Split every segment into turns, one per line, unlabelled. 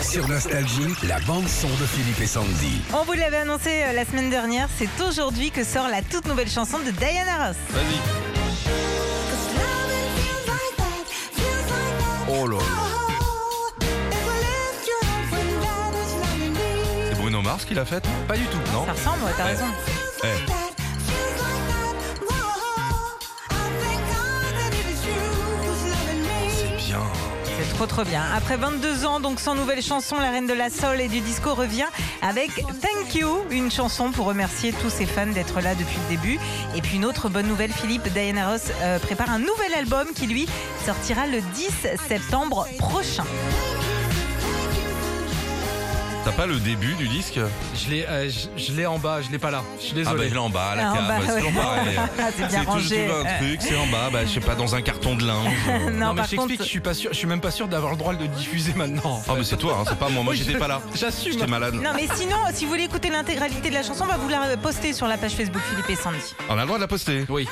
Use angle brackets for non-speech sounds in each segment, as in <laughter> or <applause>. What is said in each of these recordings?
Sur Nostalgie, la bande-son de Philippe et Sandy.
On vous l'avait annoncé euh, la semaine dernière, c'est aujourd'hui que sort la toute nouvelle chanson de Diana Ross.
Oh là
C'est Bruno Mars qui l'a faite Pas du tout, non
Ça ressemble, ouais, t'as raison.
Eh Bien.
C'est trop trop bien. Après 22 ans, donc sans nouvelle chanson, la reine de la soul et du disco revient avec Thank You, une chanson pour remercier tous ses fans d'être là depuis le début. Et puis une autre bonne nouvelle, Philippe, Diana Ross euh, prépare un nouvel album qui lui sortira le 10 septembre prochain. <laughs>
T'as pas le début du disque
Je l'ai, euh, je, je l'ai en bas, je l'ai pas là. Je suis
Ah bah
désolé.
je l'ai en bas, la
Ah, en
cave,
bas,
c'est
ouais. <laughs>
toujours pareil.
Ah, c'est bien
toujours
rangé.
tu veux un truc, c'est en bas, bah je sais pas, dans un carton de
<laughs>
linge.
Non,
non, mais
par
je t'explique,
contre,
je suis pas sûr, je suis même pas sûr d'avoir le droit de le diffuser maintenant.
Ah mais c'est toi, hein, c'est pas moi, moi
Oui,
j'étais
<laughs>
je-
pas là.
j'assume.
J'étais malade.
non mais sinon, si vous voulez écouter l'intégralité de la chanson, on va vous la poster sur la page Facebook Philippe et Sandy.
On a le droit de la poster.
Oui.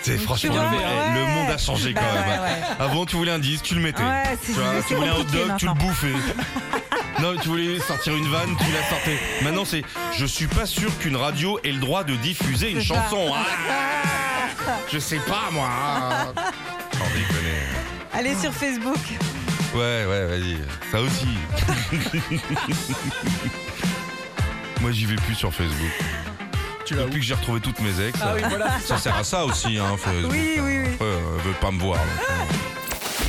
C'est franchement,
Tu vois,
le,
ouais.
le monde a changé quand
Bah
même.
ouais, ouais.
Avant tu voulais un disque, tu le mettais.
Ouais, c'est-
tu vois,
c'est
tu voulais un hot
compliqué
dog, tu le
maintenant. <laughs>
bouffais. Non, tu voulais sortir une vanne, tu la sortais. Maintenant, c'est je suis pas sûr qu'une radio ait le droit de diffuser une
C'est ça. <laughs>
chanson. Ah je sais pas, moi. Sans déconner.
Allez sur Facebook.
Ouais, ouais, vas-y. Ça
<laughs>
aussi. Moi, j'y vais plus sur Facebook.
Tu l'as où
Depuis que j'ai retrouvé toutes mes ex,
Ah oui, voilà.
ça sert à ça aussi, hein, Facebook.
Oui, oui, oui.
Après, euh, elle veut pas me voir. donc.